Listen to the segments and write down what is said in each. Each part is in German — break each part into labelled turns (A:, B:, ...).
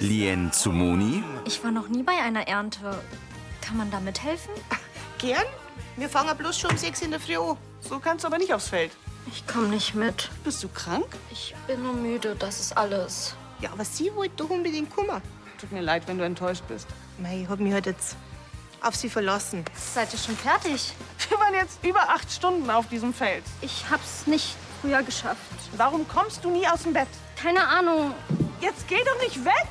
A: Lien Zumoni,
B: Ich war noch nie bei einer Ernte. Kann man da mithelfen?
C: Gern? Wir fangen bloß schon um sechs in der Früh an. So kannst du aber nicht aufs Feld.
B: Ich komme nicht mit.
C: Bist du krank?
B: Ich bin nur müde, das ist alles.
C: Ja, aber sie wollte doch unbedingt Kummer. Tut mir leid, wenn du enttäuscht bist.
D: Mei, ich hab mich halt jetzt auf sie verlassen.
B: Seid ihr schon fertig?
C: Wir waren jetzt über acht Stunden auf diesem Feld.
B: Ich hab's nicht früher geschafft.
C: Warum kommst du nie aus dem Bett?
B: Keine Ahnung.
C: Jetzt geh doch nicht weg!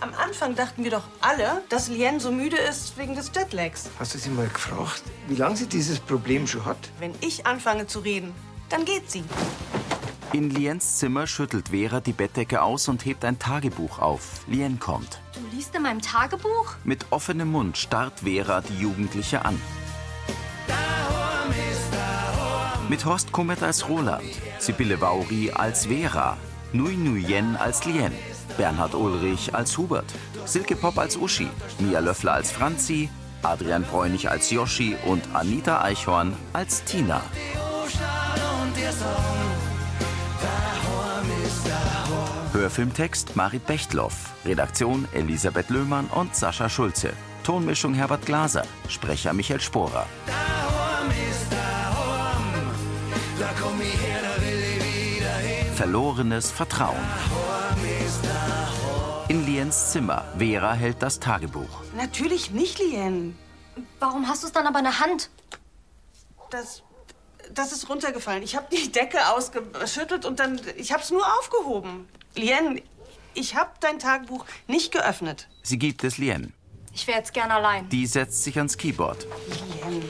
C: Am Anfang dachten wir doch alle, dass Lien so müde ist wegen des Jetlags.
E: Hast du sie mal gefragt, wie lange sie dieses Problem schon hat?
C: Wenn ich anfange zu reden, dann geht sie.
A: In Liens Zimmer schüttelt Vera die Bettdecke aus und hebt ein Tagebuch auf. Lien kommt.
B: Du liest in meinem Tagebuch?
A: Mit offenem Mund starrt Vera die Jugendliche an. Mit Horst Kummert als Roland, Sibylle Vauri als Vera, Nui Nuyen als Lien, Bernhard Ulrich als Hubert, Silke Pop als Uschi, Mia Löffler als Franzi, Adrian Bräunig als Yoshi und Anita Eichhorn als Tina. Hörfilmtext Marit Bechtloff, Redaktion Elisabeth Löhmann und Sascha Schulze, Tonmischung Herbert Glaser, Sprecher Michael Sporer. Verlorenes Vertrauen. In Liens Zimmer. Vera hält das Tagebuch.
C: Natürlich nicht, Lien.
B: Warum hast du es dann aber in der Hand?
C: Das, das ist runtergefallen. Ich habe die Decke ausgeschüttelt und dann. Ich hab's nur aufgehoben. Lien, ich habe dein Tagebuch nicht geöffnet.
A: Sie gibt es Lien.
B: Ich wäre jetzt gern allein.
A: Die setzt sich ans Keyboard.
C: Lien.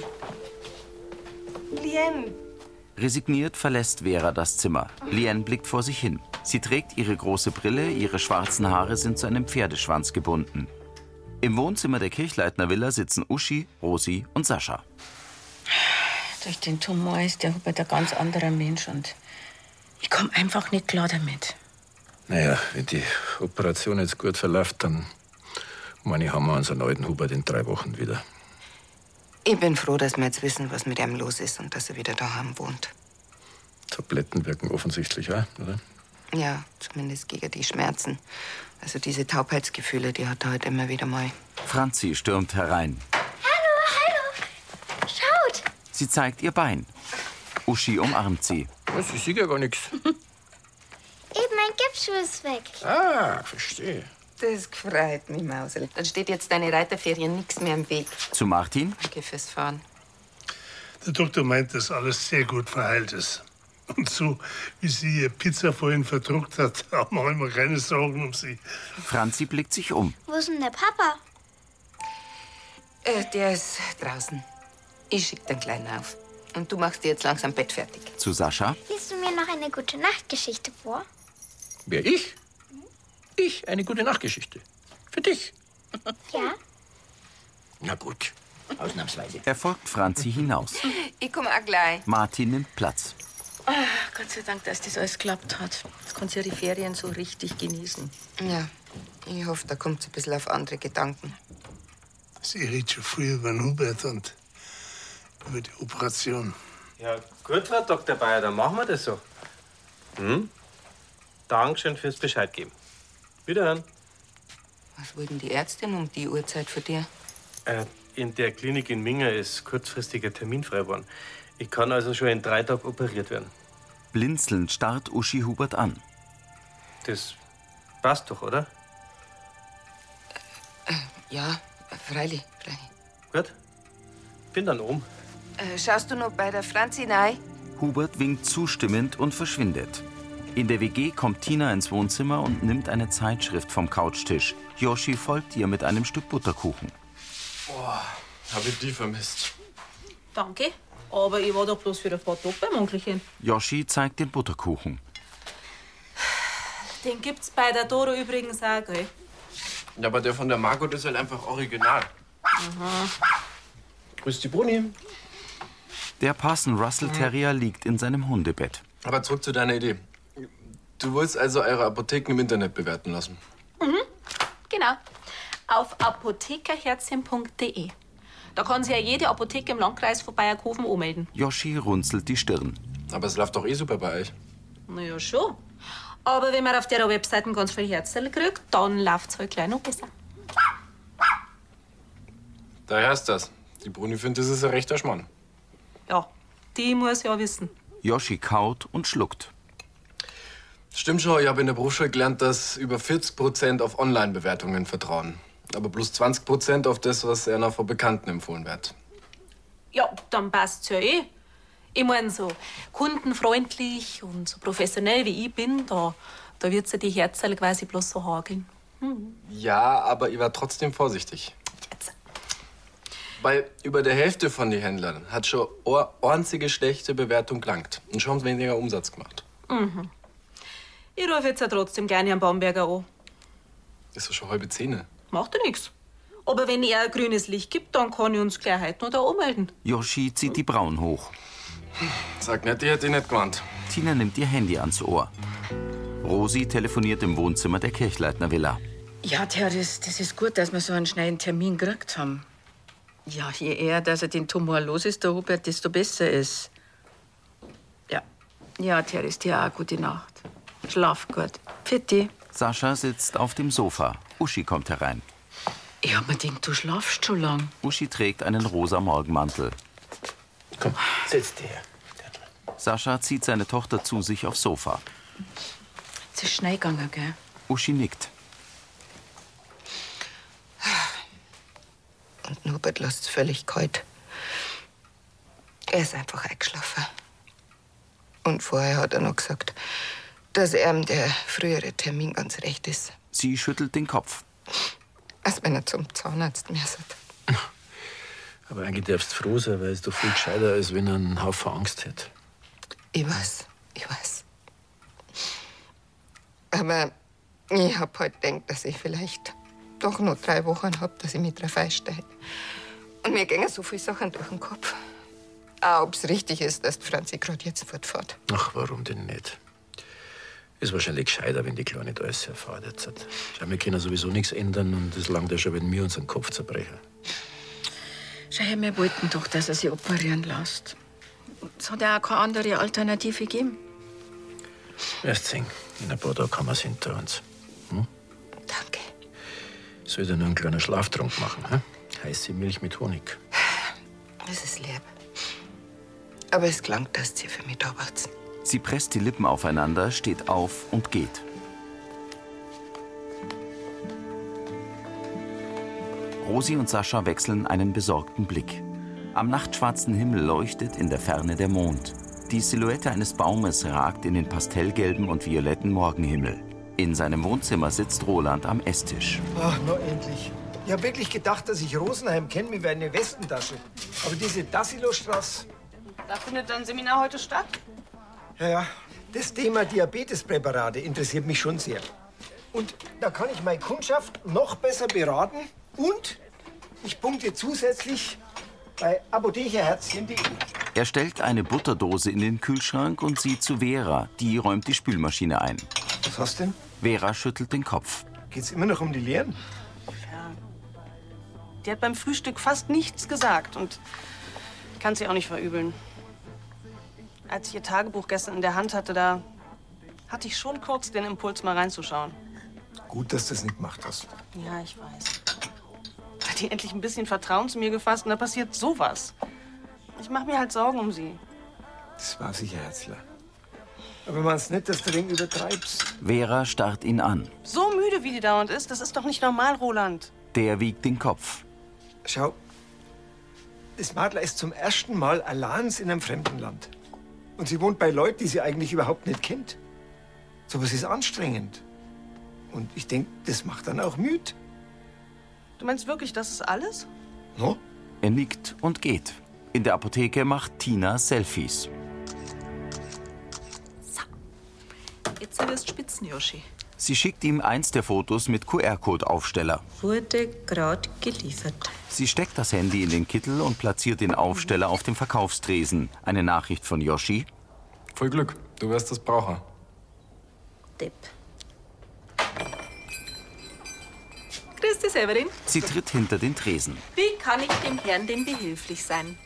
C: Lien,
A: Resigniert verlässt Vera das Zimmer. Lien blickt vor sich hin. Sie trägt ihre große Brille, ihre schwarzen Haare sind zu einem Pferdeschwanz gebunden. Im Wohnzimmer der Kirchleitner Villa sitzen Uschi, Rosi und Sascha.
F: Durch den Tumor ist der Hubert ein ganz anderer Mensch und ich komme einfach nicht klar damit.
G: Naja, wenn die Operation jetzt gut verläuft, dann meine, haben wir unseren alten Hubert in drei Wochen wieder.
D: Ich bin froh, dass wir jetzt wissen, was mit ihm los ist und dass er wieder daheim wohnt.
G: Tabletten wirken offensichtlich auch, oder?
D: Ja, zumindest gegen die Schmerzen. Also diese Taubheitsgefühle, die hat er halt immer wieder mal.
A: Franzi stürmt herein.
B: Schaut!
A: Sie zeigt ihr Bein. Uschi umarmt sie.
G: Was, ich sehe ja gar nichts.
H: Eben mein Gipsschuh ist weg.
G: Ah, verstehe.
D: Das freut mich, Mausel. Dann steht jetzt deine Reiterferien nichts mehr im Weg.
A: Zu Martin.
D: Danke fürs Fahren.
I: Der Doktor meint, dass alles sehr gut verheilt ist. Und so, wie sie ihr Pizza vorhin verdruckt hat, haben wir immer keine Sorgen um sie.
A: Franzi blickt sich um.
H: Wo ist denn der Papa?
D: Äh, der ist draußen. Ich schick den Kleinen auf. Und du machst dir jetzt langsam Bett fertig.
A: Zu Sascha.
H: Liest du mir noch eine gute Nachtgeschichte vor?
G: Wer ich? Ich, eine gute Nachtgeschichte. Für dich.
H: Ja.
G: Na gut, ausnahmsweise.
A: Er folgt Franzi hinaus.
D: Ich komme auch gleich.
A: Martin nimmt Platz.
F: Ah, Gott sei Dank, dass das alles geklappt hat. Jetzt kann sie ihre Ferien so richtig genießen.
D: Ja, ich hoffe, da kommt ein bisschen auf andere Gedanken.
I: Sie redet schon früh über den Hubert und über die Operation.
J: Ja, gut, Frau Dr. Bayer, dann machen wir das so. Hm? Dankeschön fürs Bescheid geben. Wiederhören.
D: Was wollten die Ärztin um die Uhrzeit von dir?
J: Äh, in der Klinik in Minga ist kurzfristiger Termin frei geworden. Ich kann also schon in drei Tagen operiert werden.
A: Blinzelnd starrt Uschi Hubert an.
J: Das passt doch, oder?
D: Ja, freilich, freilich.
J: Gut. Bin dann um. oben.
D: Äh, schaust du noch bei der Franzi rein?
A: Hubert winkt zustimmend und verschwindet. In der WG kommt Tina ins Wohnzimmer und nimmt eine Zeitschrift vom Couchtisch. Yoshi folgt ihr mit einem Stück Butterkuchen.
J: Hab ich die vermisst.
K: Danke, aber ich war doch bloß für ein paar Tage beim Onkelchen.
A: Yoshi zeigt den Butterkuchen.
K: Den gibt's bei der Doro übrigens auch, gell?
J: Ja, aber der von der Margot ist halt einfach original. Aha. Grüß die Bruni.
A: Der Parson Russell Terrier liegt in seinem Hundebett.
J: Aber zurück zu deiner Idee. Du willst also eure Apotheken im Internet bewerten lassen.
K: Genau. Auf apothekerherzchen.de. Da kann sich ja jede Apotheke im Landkreis von Bayerkofen anmelden.
A: Yoshi runzelt die Stirn.
J: Aber es läuft doch eh super bei euch.
K: Na ja, schon. Aber wenn man auf der Webseite ganz viel Herzl kriegt, dann läuft's halt gleich noch besser.
L: Da heißt das. Die Bruni findet, das ist ein rechter Schmann.
K: Ja, die muss ja wissen.
A: Yoshi kaut und schluckt.
L: Stimmt schon, ich habe in der Berufsschule gelernt, dass über 40% auf Online-Bewertungen vertrauen. Aber bloß 20% auf das, was einer von Bekannten empfohlen wird.
K: Ja, dann passt's ja eh. Ich mein, so kundenfreundlich und so professionell wie ich bin, da, da wird's ja die Herzl quasi bloß so hageln. Hm.
L: Ja, aber ich war trotzdem vorsichtig. Weil über der Hälfte von den Händlern hat schon eine einzige schlechte Bewertung gelangt und schon haben sie weniger Umsatz gemacht.
K: Mhm. Ich rufe jetzt ja trotzdem gerne Herrn Bamberger an.
L: Ist das schon halbe Zähne?
K: Macht ja nichts. Aber wenn er ein grünes Licht gibt, dann kann ich uns gleich heute noch da anmelden.
A: Yoshi zieht die Brauen hoch.
L: Sag nicht, ich hätte ihn nicht gewarnt.
A: Tina nimmt ihr Handy ans Ohr. Rosi telefoniert im Wohnzimmer der Kirchleitner Villa.
F: Ja, Theodis, das ist gut, dass wir so einen schnellen Termin gekriegt haben. Ja, je eher, dass er den Tumor los ist, der Hubert, desto besser ist. Ja. Ja, Theodis, dir auch eine gute Nacht. Schlaf gut. Fitti.
A: Sascha sitzt auf dem Sofa. Uschi kommt herein.
F: Ich hab mir gedacht, du schlafst schon lang.
A: Uschi trägt einen rosa Morgenmantel.
M: Komm, setz dich her.
A: Sascha zieht seine Tochter zu sich aufs Sofa.
F: Es ist schnell gegangen, gell?
A: Uschi nickt.
D: Und Norbert lässt es völlig kalt. Er ist einfach eingeschlafen. Und vorher hat er noch gesagt, dass ihm der frühere Termin ganz recht ist,
A: Sie schüttelt den Kopf.
D: als wenn er zum Zahnarzt müssen.
G: Aber eigentlich darfst du froh sein, weil es doch viel gescheiter ist, wenn er einen Haufen Angst hat.
D: Ich weiß, ich weiß. Aber ich hab halt gedacht, dass ich vielleicht doch noch drei Wochen hab, dass ich mich drauf einsteige. Und mir gingen so viele Sachen durch den Kopf. Auch ob's richtig ist, dass die Franzi gerade jetzt fortfährt.
G: Ach, warum denn nicht? Ist wahrscheinlich gescheiter, wenn die Kleine da alles erfahrt jetzt. hat. Schau, wir können sowieso nichts ändern und es langt ja schon, wenn wir unseren Kopf zerbrechen.
F: Schau her, wir wollten doch, dass er sich operieren lässt. Es hat ja auch keine andere Alternative gegeben.
G: Erst sehen, in ein paar Tagen haben wir es hinter uns. Hm? Danke. Soll ich dir nur einen kleinen Schlaftrunk machen, hä? Heiße Milch mit Honig.
D: Das ist lieb. Aber es gelangt, dass sie für mich da warten.
A: Sie presst die Lippen aufeinander, steht auf und geht. Rosi und Sascha wechseln einen besorgten Blick. Am nachtschwarzen Himmel leuchtet in der Ferne der Mond. Die Silhouette eines Baumes ragt in den pastellgelben und violetten Morgenhimmel. In seinem Wohnzimmer sitzt Roland am Esstisch.
E: Ach, na endlich. Ich hab wirklich gedacht, dass ich Rosenheim kenne mit meiner Westentasche. Aber diese Dassilo-Straße,
C: Da findet ein Seminar heute statt.
E: ja, ja, das Thema Diabetespräparate interessiert mich schon sehr. Und da kann ich meine Kundschaft noch besser beraten und ich punkte zusätzlich bei apothekerherzchen.de.
A: Er stellt eine Butterdose in den Kühlschrank und sieht zu Vera. Die räumt die Spülmaschine ein.
E: Was hast denn?
A: Vera schüttelt den Kopf.
E: Geht's immer noch um die Lehren?
C: Die hat beim Frühstück fast nichts gesagt und kann sie auch nicht verübeln. Als ich ihr Tagebuch gestern in der Hand hatte, da hatte ich schon kurz den Impuls, mal reinzuschauen.
E: Gut, dass du es nicht gemacht hast.
C: Ja, ich weiß. Hat die endlich ein bisschen Vertrauen zu mir gefasst und da passiert sowas. Ich mache mir halt Sorgen um sie.
E: Das war sicher Herzler. Aber wenn man es nicht das Ding übertreibst.
A: Vera starrt ihn an.
C: So müde, wie die dauernd ist, das ist doch nicht normal, Roland.
A: Der wiegt den Kopf.
E: Schau, das Madler ist zum ersten Mal allein in einem fremden Land. Und sie wohnt bei Leuten, die sie eigentlich überhaupt nicht kennt. Sowas ist anstrengend. Und ich denke, das macht dann auch müde.
C: Du meinst wirklich, das ist alles?
E: No?
A: Er nickt und geht. In der Apotheke macht Tina Selfies.
K: Jetzt wirst du spitzen, Joschi.
A: Sie schickt ihm eins der Fotos mit QR-Code-Aufsteller.
F: Wurde gerade geliefert.
A: Sie steckt das Handy in den Kittel und platziert den Aufsteller auf dem Verkaufstresen. Eine Nachricht von Yoshi.
L: Voll Glück, du wirst das Braucher.
K: Grüß dich, Severin.
A: Sie tritt hinter den Tresen.
K: Wie kann ich dem Herrn denn behilflich sein?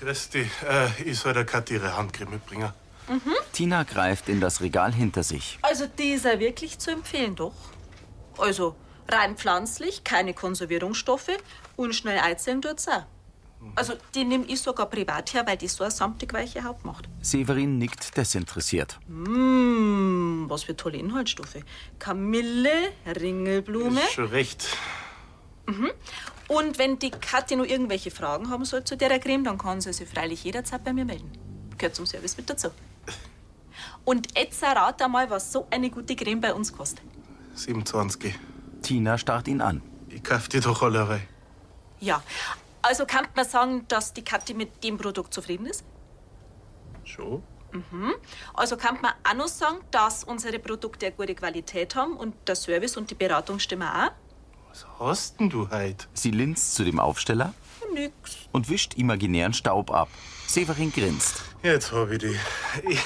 I: Christi, äh, ich soll der Kathi ihre Handcreme mitbringen.
K: Mhm.
A: Tina greift in das Regal hinter sich.
K: Also die sei wirklich zu empfehlen, doch. Also rein pflanzlich, keine Konservierungsstoffe und schnell einzeln tut's auch. Also die nehme ich sogar privat her, weil die so eine samtig weiche Haut macht.
A: Severin nickt desinteressiert.
K: Mmm, was für tolle Inhaltsstoffe. Kamille, Ringelblume.
J: Ist schon recht.
K: Mhm. Und wenn die Kathi noch irgendwelche Fragen haben soll zu der Creme, dann kann sie sich freilich jederzeit bei mir melden. Gehört zum Service mit dazu. Und jetzt rat einmal, was so eine gute Creme bei uns kostet.
J: 27.
A: Tina starrt ihn an.
J: Ich kauf die doch alle rein.
K: Ja, also kann man sagen, dass die Kathi mit dem Produkt zufrieden ist?
J: Schon?
K: Mhm. Also kann man auch noch sagen, dass unsere Produkte eine gute Qualität haben und der Service und die Beratung stimmen auch?
A: Hast du halt? Sie linst zu dem Aufsteller
K: Nix.
A: und wischt imaginären Staub ab. Severin grinst.
J: Jetzt hab ich die. Ich,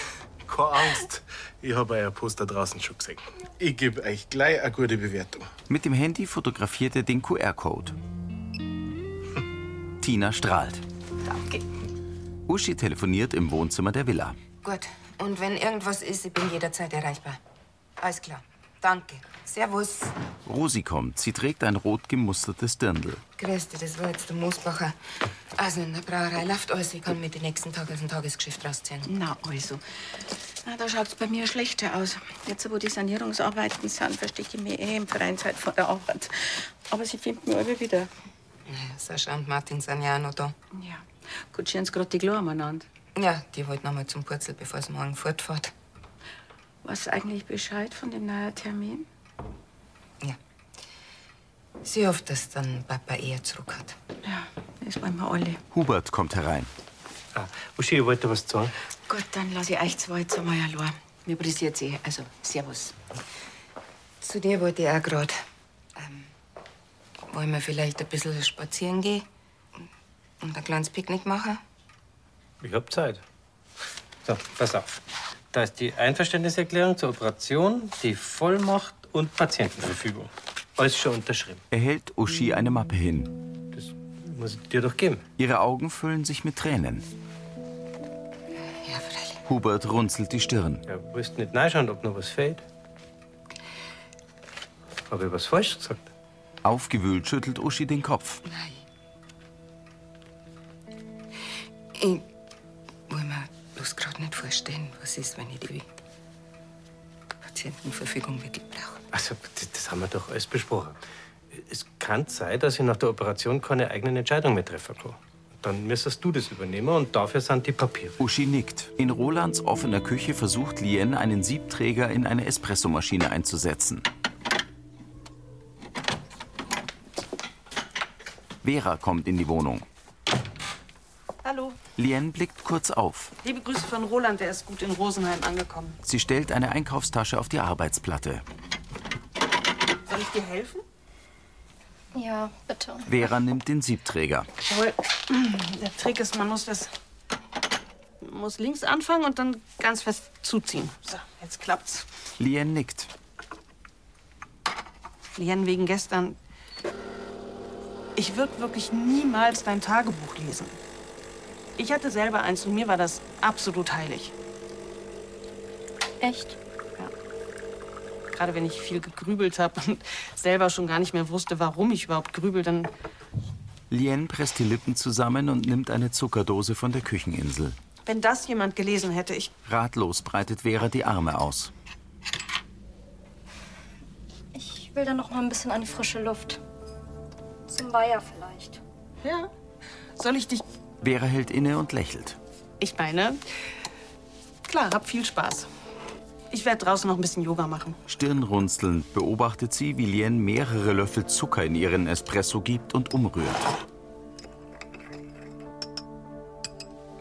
J: keine Angst. Ich hab euer Poster draußen schon gesehen. Ich geb euch gleich eine gute Bewertung.
A: Mit dem Handy fotografiert er den QR-Code. Tina strahlt.
D: Danke.
A: Uschi telefoniert im Wohnzimmer der Villa.
D: Gut. Und wenn irgendwas ist, ich bin jederzeit erreichbar. Alles klar. Danke. Servus.
A: Rosi kommt. Sie trägt ein rot gemustertes Dirndl.
D: Grüß dich, das war jetzt der Moosbacher. Also in der Brauerei läuft alles. Ich kann mich die nächsten Tage aus dem Tagesgeschäft rausziehen.
F: Na also. Na, da schaut's bei mir schlechter aus. Jetzt, wo die Sanierungsarbeiten sind, verstehe ich mich eh im freien Zeit von der Arbeit. Aber sie finden mich alle wieder.
D: Sascha und Martin sind ja auch noch da.
F: Ja. Gut, schauen sie gerade die Glo aneinander.
D: Ja, die wollten noch mal zum Purzel, bevor sie morgen fortfahrt.
F: Was eigentlich Bescheid von dem neuen Termin?
D: Sie hofft, dass dann Papa eher zurück hat.
F: Ja, ist bei mir alle.
A: Hubert kommt herein.
J: Ah, Uschi, ich wollte was sagen.
F: Gut, dann lasse ich euch zwei jetzt einmal allein. Mir brisiert eh. Also, servus.
D: Zu dir wollte ich auch gerade. Ähm, wollen wir vielleicht ein bisschen spazieren gehen? Und ein kleines Picknick machen?
J: Ich hab Zeit. So, pass auf. Da ist die Einverständniserklärung zur Operation, die Vollmacht und Patientenverfügung. Alles schon unterschrieben.
A: Er hält Uschi eine Mappe hin. Das
J: muss ich dir doch geben.
A: Ihre Augen füllen sich mit Tränen. Hubert runzelt die Stirn.
J: Ja, du willst nicht nachschauen, ob noch was fehlt. Habe ich was falsch gesagt?
A: Aufgewühlt schüttelt Uschi den Kopf.
D: Ich will mir bloß gerade nicht vorstellen, was ist, wenn ich die Patientenverfügung wirklich brauche.
J: Also, das, das haben wir doch alles besprochen. Es kann sein, dass ich nach der Operation keine eigenen Entscheidungen mehr treffen kann. Dann müsstest du das übernehmen und dafür sind die Papiere.
A: Uschi nickt. In Rolands offener Küche versucht Lien, einen Siebträger in eine Espressomaschine einzusetzen. Vera kommt in die Wohnung.
C: Hallo.
A: Lien blickt kurz auf.
C: Liebe Grüße von Roland, der ist gut in Rosenheim angekommen.
A: Sie stellt eine Einkaufstasche auf die Arbeitsplatte.
C: Soll ich dir helfen?
B: Ja, bitte.
A: Vera nimmt den Siebträger.
C: Jawohl. Der Trick ist, man muss das. Man muss links anfangen und dann ganz fest zuziehen. So, jetzt klappt's.
A: Lien nickt.
C: Lien wegen gestern. Ich würde wirklich niemals dein Tagebuch lesen. Ich hatte selber eins und mir war das absolut heilig.
B: Echt?
C: Ja. Gerade wenn ich viel gegrübelt habe und selber schon gar nicht mehr wusste, warum ich überhaupt grübel, dann
A: Lien presst die Lippen zusammen und nimmt eine Zuckerdose von der Kücheninsel.
C: Wenn das jemand gelesen hätte, ich.
A: Ratlos breitet Vera die Arme aus.
B: Ich will dann noch mal ein bisschen an die frische Luft. Zum Weiher vielleicht.
C: Ja. Soll ich dich.
A: Vera hält inne und lächelt.
C: Ich meine, klar, hab viel Spaß. Ich werde draußen noch ein bisschen Yoga machen.
A: Stirnrunzelnd beobachtet sie, wie Lien mehrere Löffel Zucker in ihren Espresso gibt und umrührt.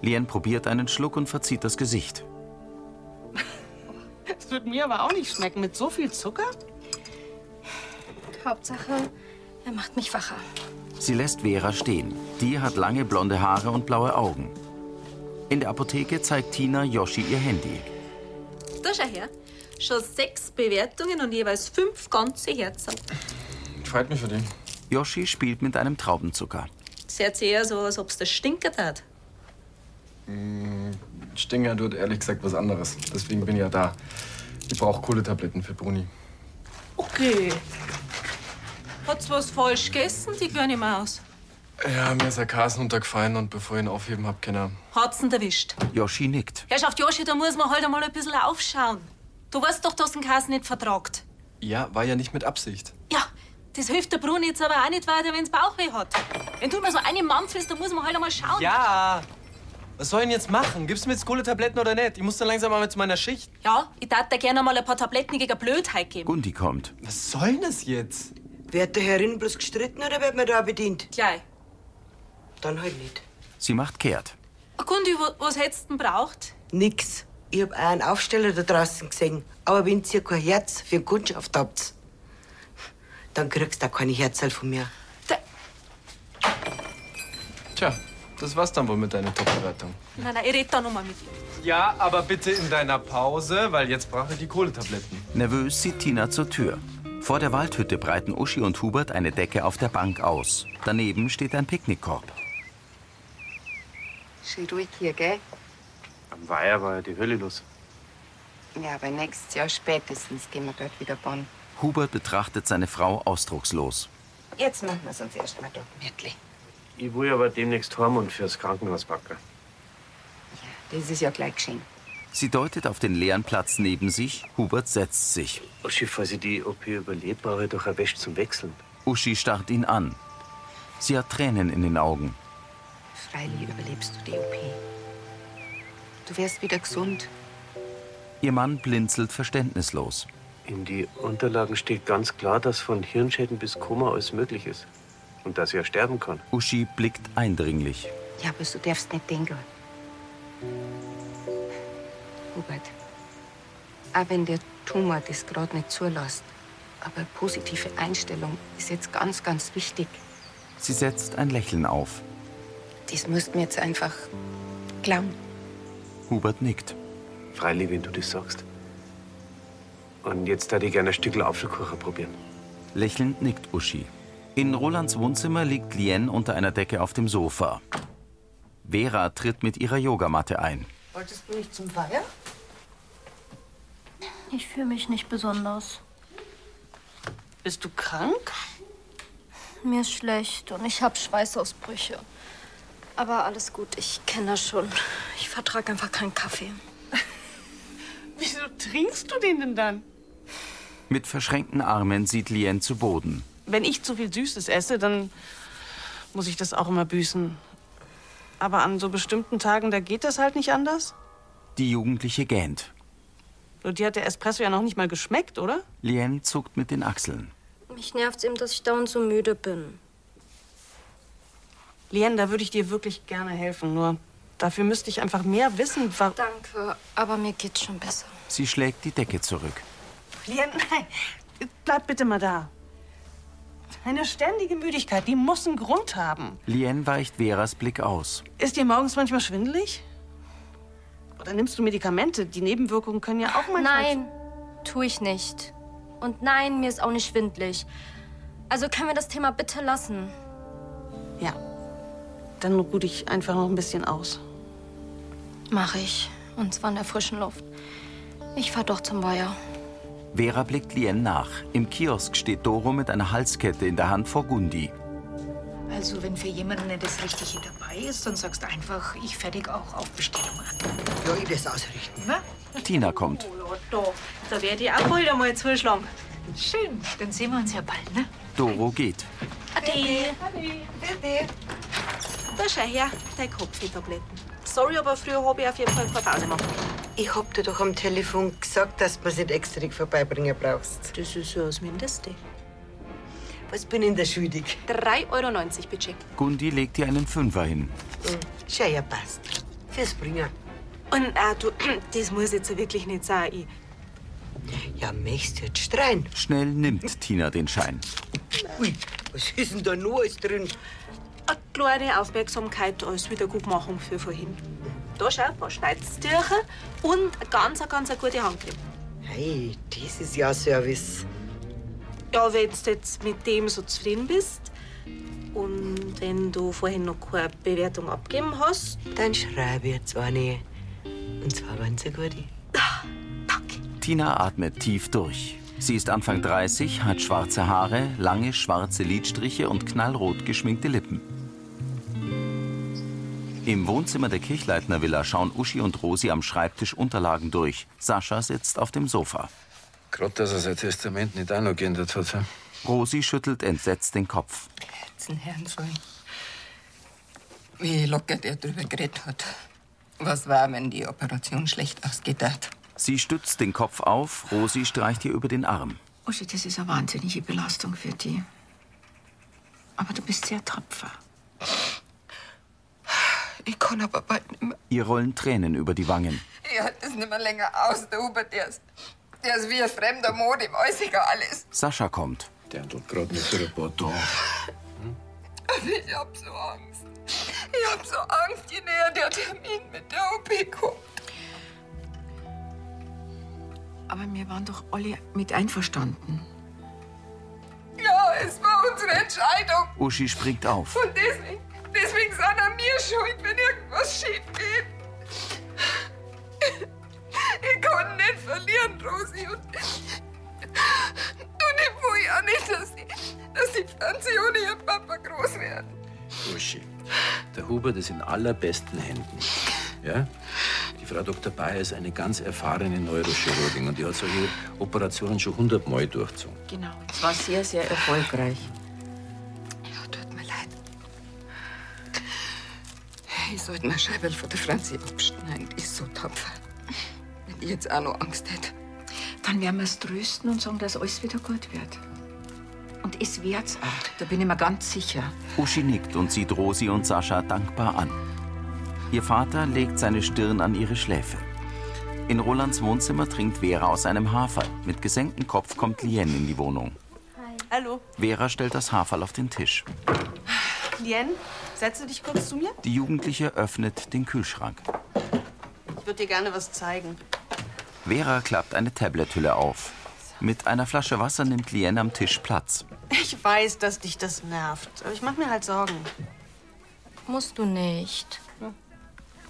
A: Lien probiert einen Schluck und verzieht das Gesicht.
C: Das wird mir aber auch nicht schmecken mit so viel Zucker.
B: Hauptsache, er macht mich wacher.
A: Sie lässt Vera stehen. Die hat lange blonde Haare und blaue Augen. In der Apotheke zeigt Tina Yoshi ihr Handy.
K: Da schau her. Schon sechs Bewertungen und jeweils fünf ganze Herzen.
A: Freut mich für den. Yoshi spielt mit einem Traubenzucker.
K: Das hört sich eher so, als ob es das stinkert hat.
L: Mm, Stinger tut ehrlich gesagt was anderes. Deswegen bin ich ja da. Ich brauche Kohletabletten für Bruni.
K: Okay. Hat's was falsch gegessen, die kleine Maus?
L: Ja, mir ist ein Kasenunter gefallen und bevor ich ihn aufheben hab, Kenner.
K: Hat's ihn erwischt?
A: Yoshi nickt.
K: Herrschaft Joschi, da muss man halt einmal ein bisschen aufschauen. Du weißt doch, dass ein Kass nicht vertragt.
L: Ja, war ja nicht mit Absicht.
K: Ja, das hilft der Bruni jetzt aber auch nicht weiter, wenn's Bauchweh hat. Wenn du immer so einen mampfelst, dann muss man halt einmal schauen.
J: Ja! Was soll ich denn jetzt machen? Gibst du mir jetzt Kohletabletten oder nicht? Ich muss dann langsam mal zu meiner Schicht.
K: Ja, ich darf dir gerne mal ein paar Tabletten gegen eine Blödheit geben.
A: Gundi kommt.
J: Was soll denn das jetzt?
N: Wird der Herrin bloß gestritten oder wird man da bedient?
K: Gleich.
N: Dann halt nicht.
A: Sie macht kehrt.
K: Ach, Gundi, wa- was hättest du denn braucht?
N: Nix. Ich hab auch einen Aufsteller da draußen gesehen. Aber wenn ihr kein Herz für Kundschaft habt, dann kriegst du auch keine Herzerl von mir.
L: Tja, das war's dann wohl mit deiner Top-Bewertung.
K: Nein, nein, ich red da nochmal mit dir.
L: Ja, aber bitte in deiner Pause, weil jetzt brauche ich die Kohletabletten.
A: Nervös sieht Tina zur Tür. Vor der Waldhütte breiten Uschi und Hubert eine Decke auf der Bank aus. Daneben steht ein Picknickkorb.
D: Schön ruhig hier, gell?
M: Am Weiher war ja die Hölle los.
D: Ja, aber nächstes Jahr spätestens gehen wir dort wieder bauen.
A: Hubert betrachtet seine Frau ausdruckslos.
D: Jetzt machen wir es uns erst mal da gemütlich.
M: Ich will aber demnächst heim und fürs Krankenhaus backen.
D: Das ist ja gleich geschehen.
A: Sie deutet auf den leeren Platz neben sich. Hubert setzt sich.
M: Oschi, falls ich die OP überlebe, brauche ich doch eine Wäsche zum Wechseln.
A: Uschi starrt ihn an. Sie hat Tränen in den Augen.
D: Freilich überlebst du die OP. Du wärst wieder gesund.
A: Ihr Mann blinzelt verständnislos.
M: In die Unterlagen steht ganz klar, dass von Hirnschäden bis Koma alles möglich ist. Und dass ich ja sterben kann.
A: Uschi blickt eindringlich.
D: Ja, aber du darfst nicht denken. Hubert, auch wenn der Tumor das gerade nicht zulässt, aber eine positive Einstellung ist jetzt ganz, ganz wichtig.
A: Sie setzt ein Lächeln auf.
D: Das müsst mir jetzt einfach glauben.
A: Hubert nickt.
M: Freilich, wenn du das sagst. Und jetzt hätte ich gerne ein Stückchen Apfelkuchen probieren.
A: Lächelnd nickt Uschi. In Rolands Wohnzimmer liegt Lien unter einer Decke auf dem Sofa. Vera tritt mit ihrer Yogamatte ein.
N: Wolltest du nicht zum Weiher?
B: Ich fühle mich nicht besonders.
C: Bist du krank?
B: Mir ist schlecht und ich habe Schweißausbrüche. Aber alles gut, ich kenne das schon. Ich vertrage einfach keinen Kaffee.
C: Wieso trinkst du den denn dann?
A: Mit verschränkten Armen sieht Lien zu Boden.
C: Wenn ich zu viel Süßes esse, dann muss ich das auch immer büßen. Aber an so bestimmten Tagen, da geht das halt nicht anders.
A: Die Jugendliche gähnt.
C: Und dir hat der Espresso ja noch nicht mal geschmeckt, oder?
A: Lien zuckt mit den Achseln.
B: Mich ne- nervt's eben, dass ich dauernd so müde bin.
C: Lien, da würde ich dir wirklich gerne helfen. Nur dafür müsste ich einfach mehr wissen. Warum
B: Danke, aber mir geht's schon besser.
A: Sie schlägt die Decke zurück.
C: Lien, nein. Bleib bitte mal da. Eine ständige Müdigkeit, die muss einen Grund haben.
A: Lien weicht Veras Blick aus.
C: Ist dir morgens manchmal schwindelig? Oder nimmst du Medikamente? Die Nebenwirkungen können ja auch manchmal...
B: Nein, tu ich nicht. Und nein, mir ist auch nicht schwindlig. Also können wir das Thema bitte lassen.
C: Ja. Dann ruh dich einfach noch ein bisschen aus.
B: Mache ich. Und zwar in der frischen Luft. Ich fahr doch zum Weiher.
A: Vera blickt Lien nach. Im Kiosk steht Doro mit einer Halskette in der Hand vor Gundi.
O: Also, wenn für jemanden nicht das Richtige dabei ist, dann sagst du einfach, ich fertig auch auf Bestellung an.
N: Ja, ich das ausrichten.
O: Na?
A: Tina kommt.
O: Ja, da, da werde ich auch bald einmal zuschlagen. Schön, dann sehen wir uns ja bald, ne?
A: Doro geht.
K: Ade.
O: Ade.
K: Da schau her, dein Kopfweh-Tabletten. Sorry, aber früher habe ich auf jeden Fall keine Pause gemacht.
N: Ich hab dir doch am Telefon gesagt, dass du es nicht extra vorbeibringen brauchst.
K: Das ist ja das Mindeste.
N: Was bin ich denn schuldig?
K: 3,90 Euro Budget.
A: Gundi legt ihr einen Fünfer hin.
N: Schau, ja, passt. Fürs Bringen.
K: Und ah, du, das muss jetzt wirklich nicht sein. Ich,
N: Ja, möchtest du jetzt streiten?
A: Schnell nimmt Tina den Schein.
N: Ui, was ist denn da noch alles drin?
K: eine kleine Aufmerksamkeit als Wiedergutmachung für vorhin. Da schau, ein paar Schneidstücher und eine ganz, ganz eine gute Handcreme.
N: Hey, das ist ja Service.
K: Ja, wenn du jetzt mit dem so zufrieden bist und wenn du vorhin noch keine Bewertung abgegeben hast,
N: dann schreibe jetzt eine. Und zwar waren sie gute.
A: Tina atmet tief durch. Sie ist Anfang 30, hat schwarze Haare, lange schwarze Lidstriche und knallrot geschminkte Lippen. Im Wohnzimmer der Kirchleitner Villa schauen Uschi und Rosi am Schreibtisch Unterlagen durch. Sascha sitzt auf dem Sofa.
G: Gerade, dass er sein Testament nicht auch noch geändert hat. He?
A: Rosi schüttelt entsetzt den Kopf.
D: Herzen hören sollen. Wie locker der drüber geredet hat. Was war, wenn die Operation schlecht ausgeht hat?
A: Sie stützt den Kopf auf, Rosi streicht ihr über den Arm.
F: Uschi, Oh das ist eine wahnsinnige Belastung für die. Aber du bist sehr tapfer.
D: Ich kann aber bald nicht mehr.
A: Ihr rollen Tränen über die Wangen.
D: Ich halte das nicht mehr länger aus. Der Hubert, der ist, der ist wie ein fremder Mode, ihm weiß ich gar alles.
A: Sascha kommt.
G: Der handelt gerade mit so ein paar Tagen.
D: Ich hab so Angst. Ich hab so Angst, je näher der Termin mit der OP kommt.
F: Aber wir waren doch alle mit einverstanden.
D: Ja, es war unsere Entscheidung.
A: Uschi springt auf.
D: Und deswegen, deswegen sind an mir schuld, wenn irgendwas schief geht. Ich kann nicht verlieren, Rosi. Und, und ich will auch nicht, dass die, dass die Franzi ohne ihren Papa groß werden.
G: Uschi, der Hubert ist in allerbesten Händen. Ja? Die Frau Dr. Bayer ist eine ganz erfahrene Neurochirurgin und die hat solche Operationen schon hundertmal durchzogen.
F: Genau. Es war sehr, sehr erfolgreich.
D: Ich sollte mir Scheibe von der Franzi abschneiden. Die ist so tapfer. Wenn ich jetzt auch noch Angst hätte.
F: Dann werden wir es trösten und sagen, dass alles wieder gut wird. Und es wird's auch. Da bin ich mir ganz sicher.
A: Uschi nickt und sieht Rosi und Sascha dankbar an. Ihr Vater legt seine Stirn an ihre Schläfe. In Rolands Wohnzimmer trinkt Vera aus einem Haferl. Mit gesenktem Kopf kommt Lien in die Wohnung.
C: Hallo.
A: Vera stellt das Haferl auf den Tisch.
C: Lien, setze dich kurz zu mir.
A: Die Jugendliche öffnet den Kühlschrank.
C: Ich würde dir gerne was zeigen.
A: Vera klappt eine Tabletthülle auf. Mit einer Flasche Wasser nimmt Lien am Tisch Platz.
C: Ich weiß, dass dich das nervt, aber ich mache mir halt Sorgen. Hm.
B: Musst du nicht.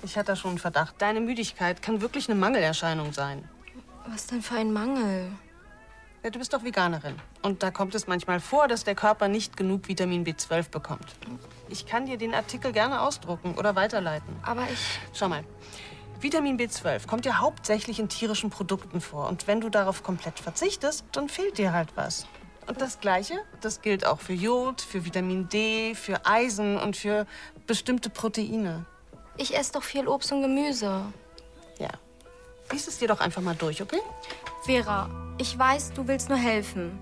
C: Ich hatte schon einen Verdacht. Deine Müdigkeit kann wirklich eine Mangelerscheinung sein.
B: Was denn für ein Mangel?
C: Ja, du bist doch Veganerin. Und da kommt es manchmal vor, dass der Körper nicht genug Vitamin B12 bekommt. Ich kann dir den Artikel gerne ausdrucken oder weiterleiten.
B: Aber ich.
C: Schau mal. Vitamin B12 kommt ja hauptsächlich in tierischen Produkten vor. Und wenn du darauf komplett verzichtest, dann fehlt dir halt was. Und das Gleiche, das gilt auch für Jod, für Vitamin D, für Eisen und für bestimmte Proteine.
B: Ich esse doch viel Obst und Gemüse.
C: Ja. Lies es dir doch einfach mal durch, okay?
B: Vera, ich weiß, du willst nur helfen.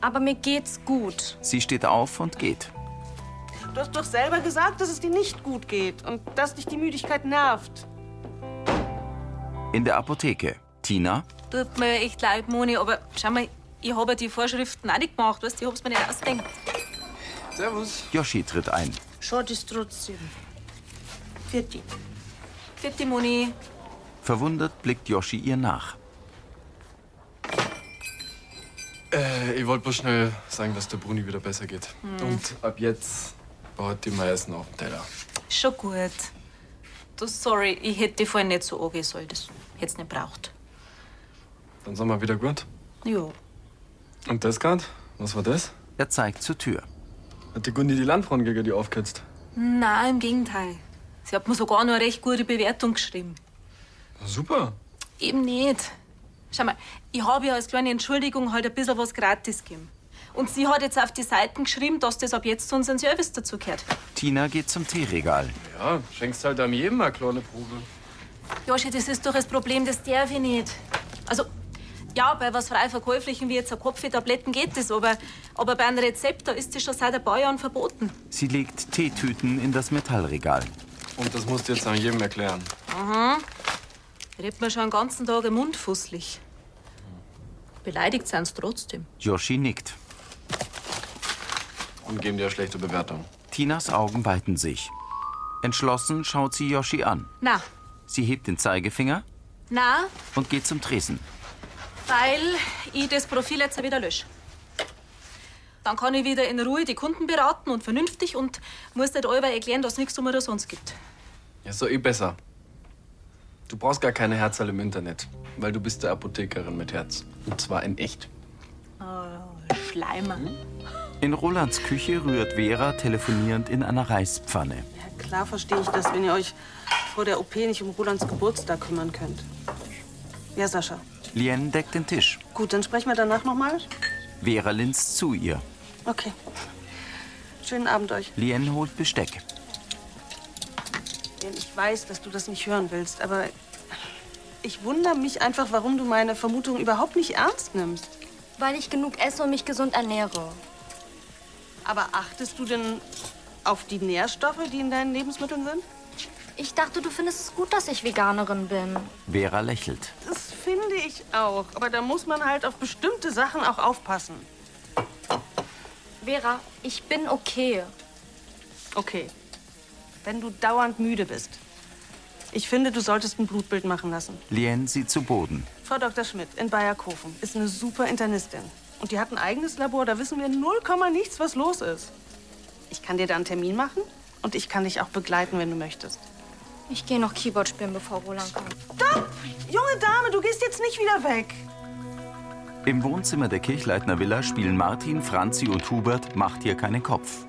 B: Aber mir geht's gut.
A: Sie steht auf und geht.
C: Du hast doch selber gesagt, dass es dir nicht gut geht und dass dich die Müdigkeit nervt.
A: In der Apotheke. Tina,
K: Tut mir echt leid, Moni, aber schau mal, ich habe ja die Vorschriften auch nicht gemacht, weißt du, ich hab's mir nicht ausgedenkt.
L: Servus.
A: Yoshi tritt ein.
K: Schaut es trotzdem. Vierte. Vierte, Moni.
A: Verwundert blickt Yoshi ihr nach.
L: Äh, ich wollte bloß schnell sagen, dass der Bruni wieder besser geht.
K: Mhm.
L: Und ab jetzt baut die Meißen auf den Teller.
K: Schon gut. Du, sorry, ich hätte die vorhin nicht so angehen sollen. Das hätt's nicht braucht.
L: Dann sind wir wieder gut.
K: Ja.
L: Und das gerade? Was war das?
A: Er zeigt zur Tür.
L: Hat die Gundi die Landfrauen gegen die aufgehetzt?
K: Nein, im Gegenteil. Sie hat mir sogar noch eine recht gute Bewertung geschrieben.
L: Super.
K: Eben nicht. Schau mal, ich habe ja als kleine Entschuldigung halt ein bisschen was gratis gegeben. Und sie hat jetzt auf die Seiten geschrieben, dass das ab jetzt zu unserem Service dazugehört.
A: Tina geht zum Teeregal.
L: Ja, schenkst halt einem jedem eine kleine Probe.
K: Joschi, das ist doch das Problem, das darf ich nicht. Also, ja, bei was frei verkäuflichen wie jetzt ein Kopf für Tabletten geht das, aber, aber bei einem Rezept, da ist das schon seit ein paar Jahren verboten.
A: Sie legt Teetüten in das Metallregal.
L: Und das musst du jetzt an jedem erklären.
K: Aha. Redet man schon den ganzen Tag im Mund fusselig. Beleidigt sind sie trotzdem.
A: Yoshi nickt.
L: Und geben dir eine schlechte Bewertung.
A: Tinas Augen weiten sich. Entschlossen schaut sie Yoshi an.
K: Na,
A: Sie hebt den Zeigefinger
K: na,
A: und geht zum Tresen.
K: weil ich das Profil jetzt wieder lösche. Dann kann ich wieder in Ruhe die Kunden beraten und vernünftig und muss nicht allweil erklären, dass es nichts um oder sonst gibt.
L: Ja, so eh besser. Du brauchst gar keine Herzerl im Internet, weil du bist der Apothekerin mit Herz. Und zwar in echt.
K: Oh, Schleimer.
A: In Rolands Küche rührt Vera telefonierend in einer Reispfanne.
C: Klar verstehe ich das, wenn ihr euch vor der OP nicht um Rolands Geburtstag kümmern könnt. Ja, Sascha.
A: Lien deckt den Tisch.
C: Gut, dann sprechen wir danach nochmal.
A: Vera linst zu ihr.
C: Okay. Schönen Abend euch.
A: Lien holt Besteck.
C: Lien, Ich weiß, dass du das nicht hören willst, aber ich wundere mich einfach, warum du meine Vermutung überhaupt nicht ernst nimmst.
B: Weil ich genug esse und mich gesund ernähre.
C: Aber achtest du denn auf die Nährstoffe, die in deinen Lebensmitteln sind?
B: Ich dachte, du findest es gut, dass ich Veganerin bin.
A: Vera lächelt.
C: Das finde ich auch. Aber da muss man halt auf bestimmte Sachen auch aufpassen.
B: Vera, ich bin okay.
C: Okay. Wenn du dauernd müde bist. Ich finde, du solltest ein Blutbild machen lassen.
A: Lien sieht zu Boden.
C: Frau Dr. Schmidt in Bayerkofen ist eine super Internistin. Und die hat ein eigenes Labor, da wissen wir 0, nichts, was los ist. Ich kann dir da einen Termin machen und ich kann dich auch begleiten, wenn du möchtest.
B: Ich gehe noch Keyboard spielen, bevor Roland kommt.
C: Stopp! Junge Dame, du gehst jetzt nicht wieder weg.
A: Im Wohnzimmer der Kirchleitner Villa spielen Martin, Franzi und Hubert Macht hier keinen Kopf.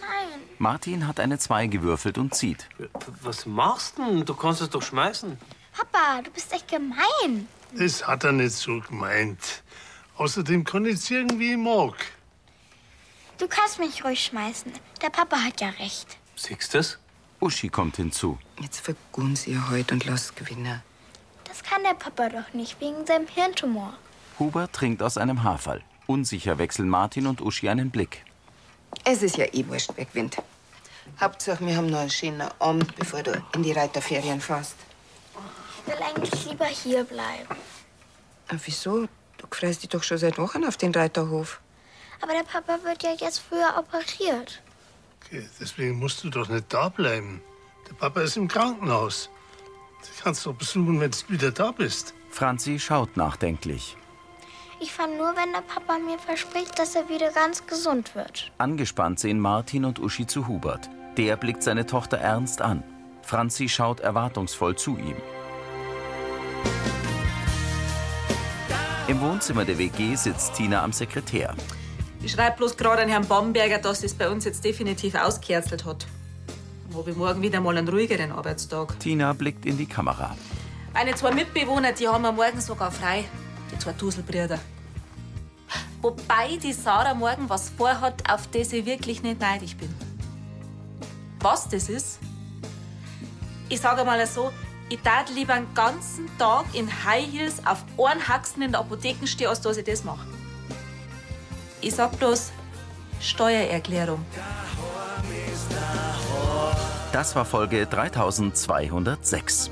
H: Nein.
A: Martin hat eine 2 gewürfelt und zieht.
J: Was machst denn? Du kannst es doch schmeißen.
H: Papa, du bist echt gemein.
I: Das hat er nicht so gemeint. Außerdem kann ich es irgendwie mag.
H: Du kannst mich ruhig schmeißen. Der Papa hat ja recht.
A: Siehst du's? Uschi kommt hinzu.
D: Jetzt vergun's ihr heute und lass gewinnen.
H: Das kann der Papa doch nicht wegen seinem Hirntumor.
A: Hubert trinkt aus einem Haarfall. Unsicher wechseln Martin und Uschi einen Blick.
D: Es ist ja eh wurscht, wer gewinnt. Hauptsache, wir haben noch einen schönen Abend, bevor du in die Reiterferien fährst.
H: Ich will eigentlich lieber hier bleiben.
D: Aber wieso? Du freust dich doch schon seit Wochen auf den Reiterhof.
H: Aber der Papa wird ja jetzt früher operiert.
I: Okay, Deswegen musst du doch nicht da bleiben. Der Papa ist im Krankenhaus. Du kannst doch besuchen, wenn du wieder da bist.
A: Franzi schaut nachdenklich.
H: Ich fahre nur, wenn der Papa mir verspricht, dass er wieder ganz gesund wird.
A: Angespannt sehen Martin und Uschi zu Hubert. Der blickt seine Tochter ernst an. Franzi schaut erwartungsvoll zu ihm. Im Wohnzimmer der WG sitzt Tina am Sekretär.
K: Ich schreibe bloß gerade an Herrn Bamberger, dass es bei uns jetzt definitiv ausgeherzelt hat. Dann hab ich morgen wieder mal einen ruhigeren Arbeitstag.
A: Tina blickt in die Kamera.
K: Meine zwei Mitbewohner, die haben am Morgen sogar frei. Die zwei Duselbrüder. Wobei die Sarah morgen was vorhat, auf das ich wirklich nicht neidisch bin. Was das ist? Ich sage mal so, ich tat lieber einen ganzen Tag in High Heels auf Ohrenhaxen in der Apotheke stehen, als dass ich das mache. Ich sag bloß Steuererklärung.
A: Das war Folge 3206.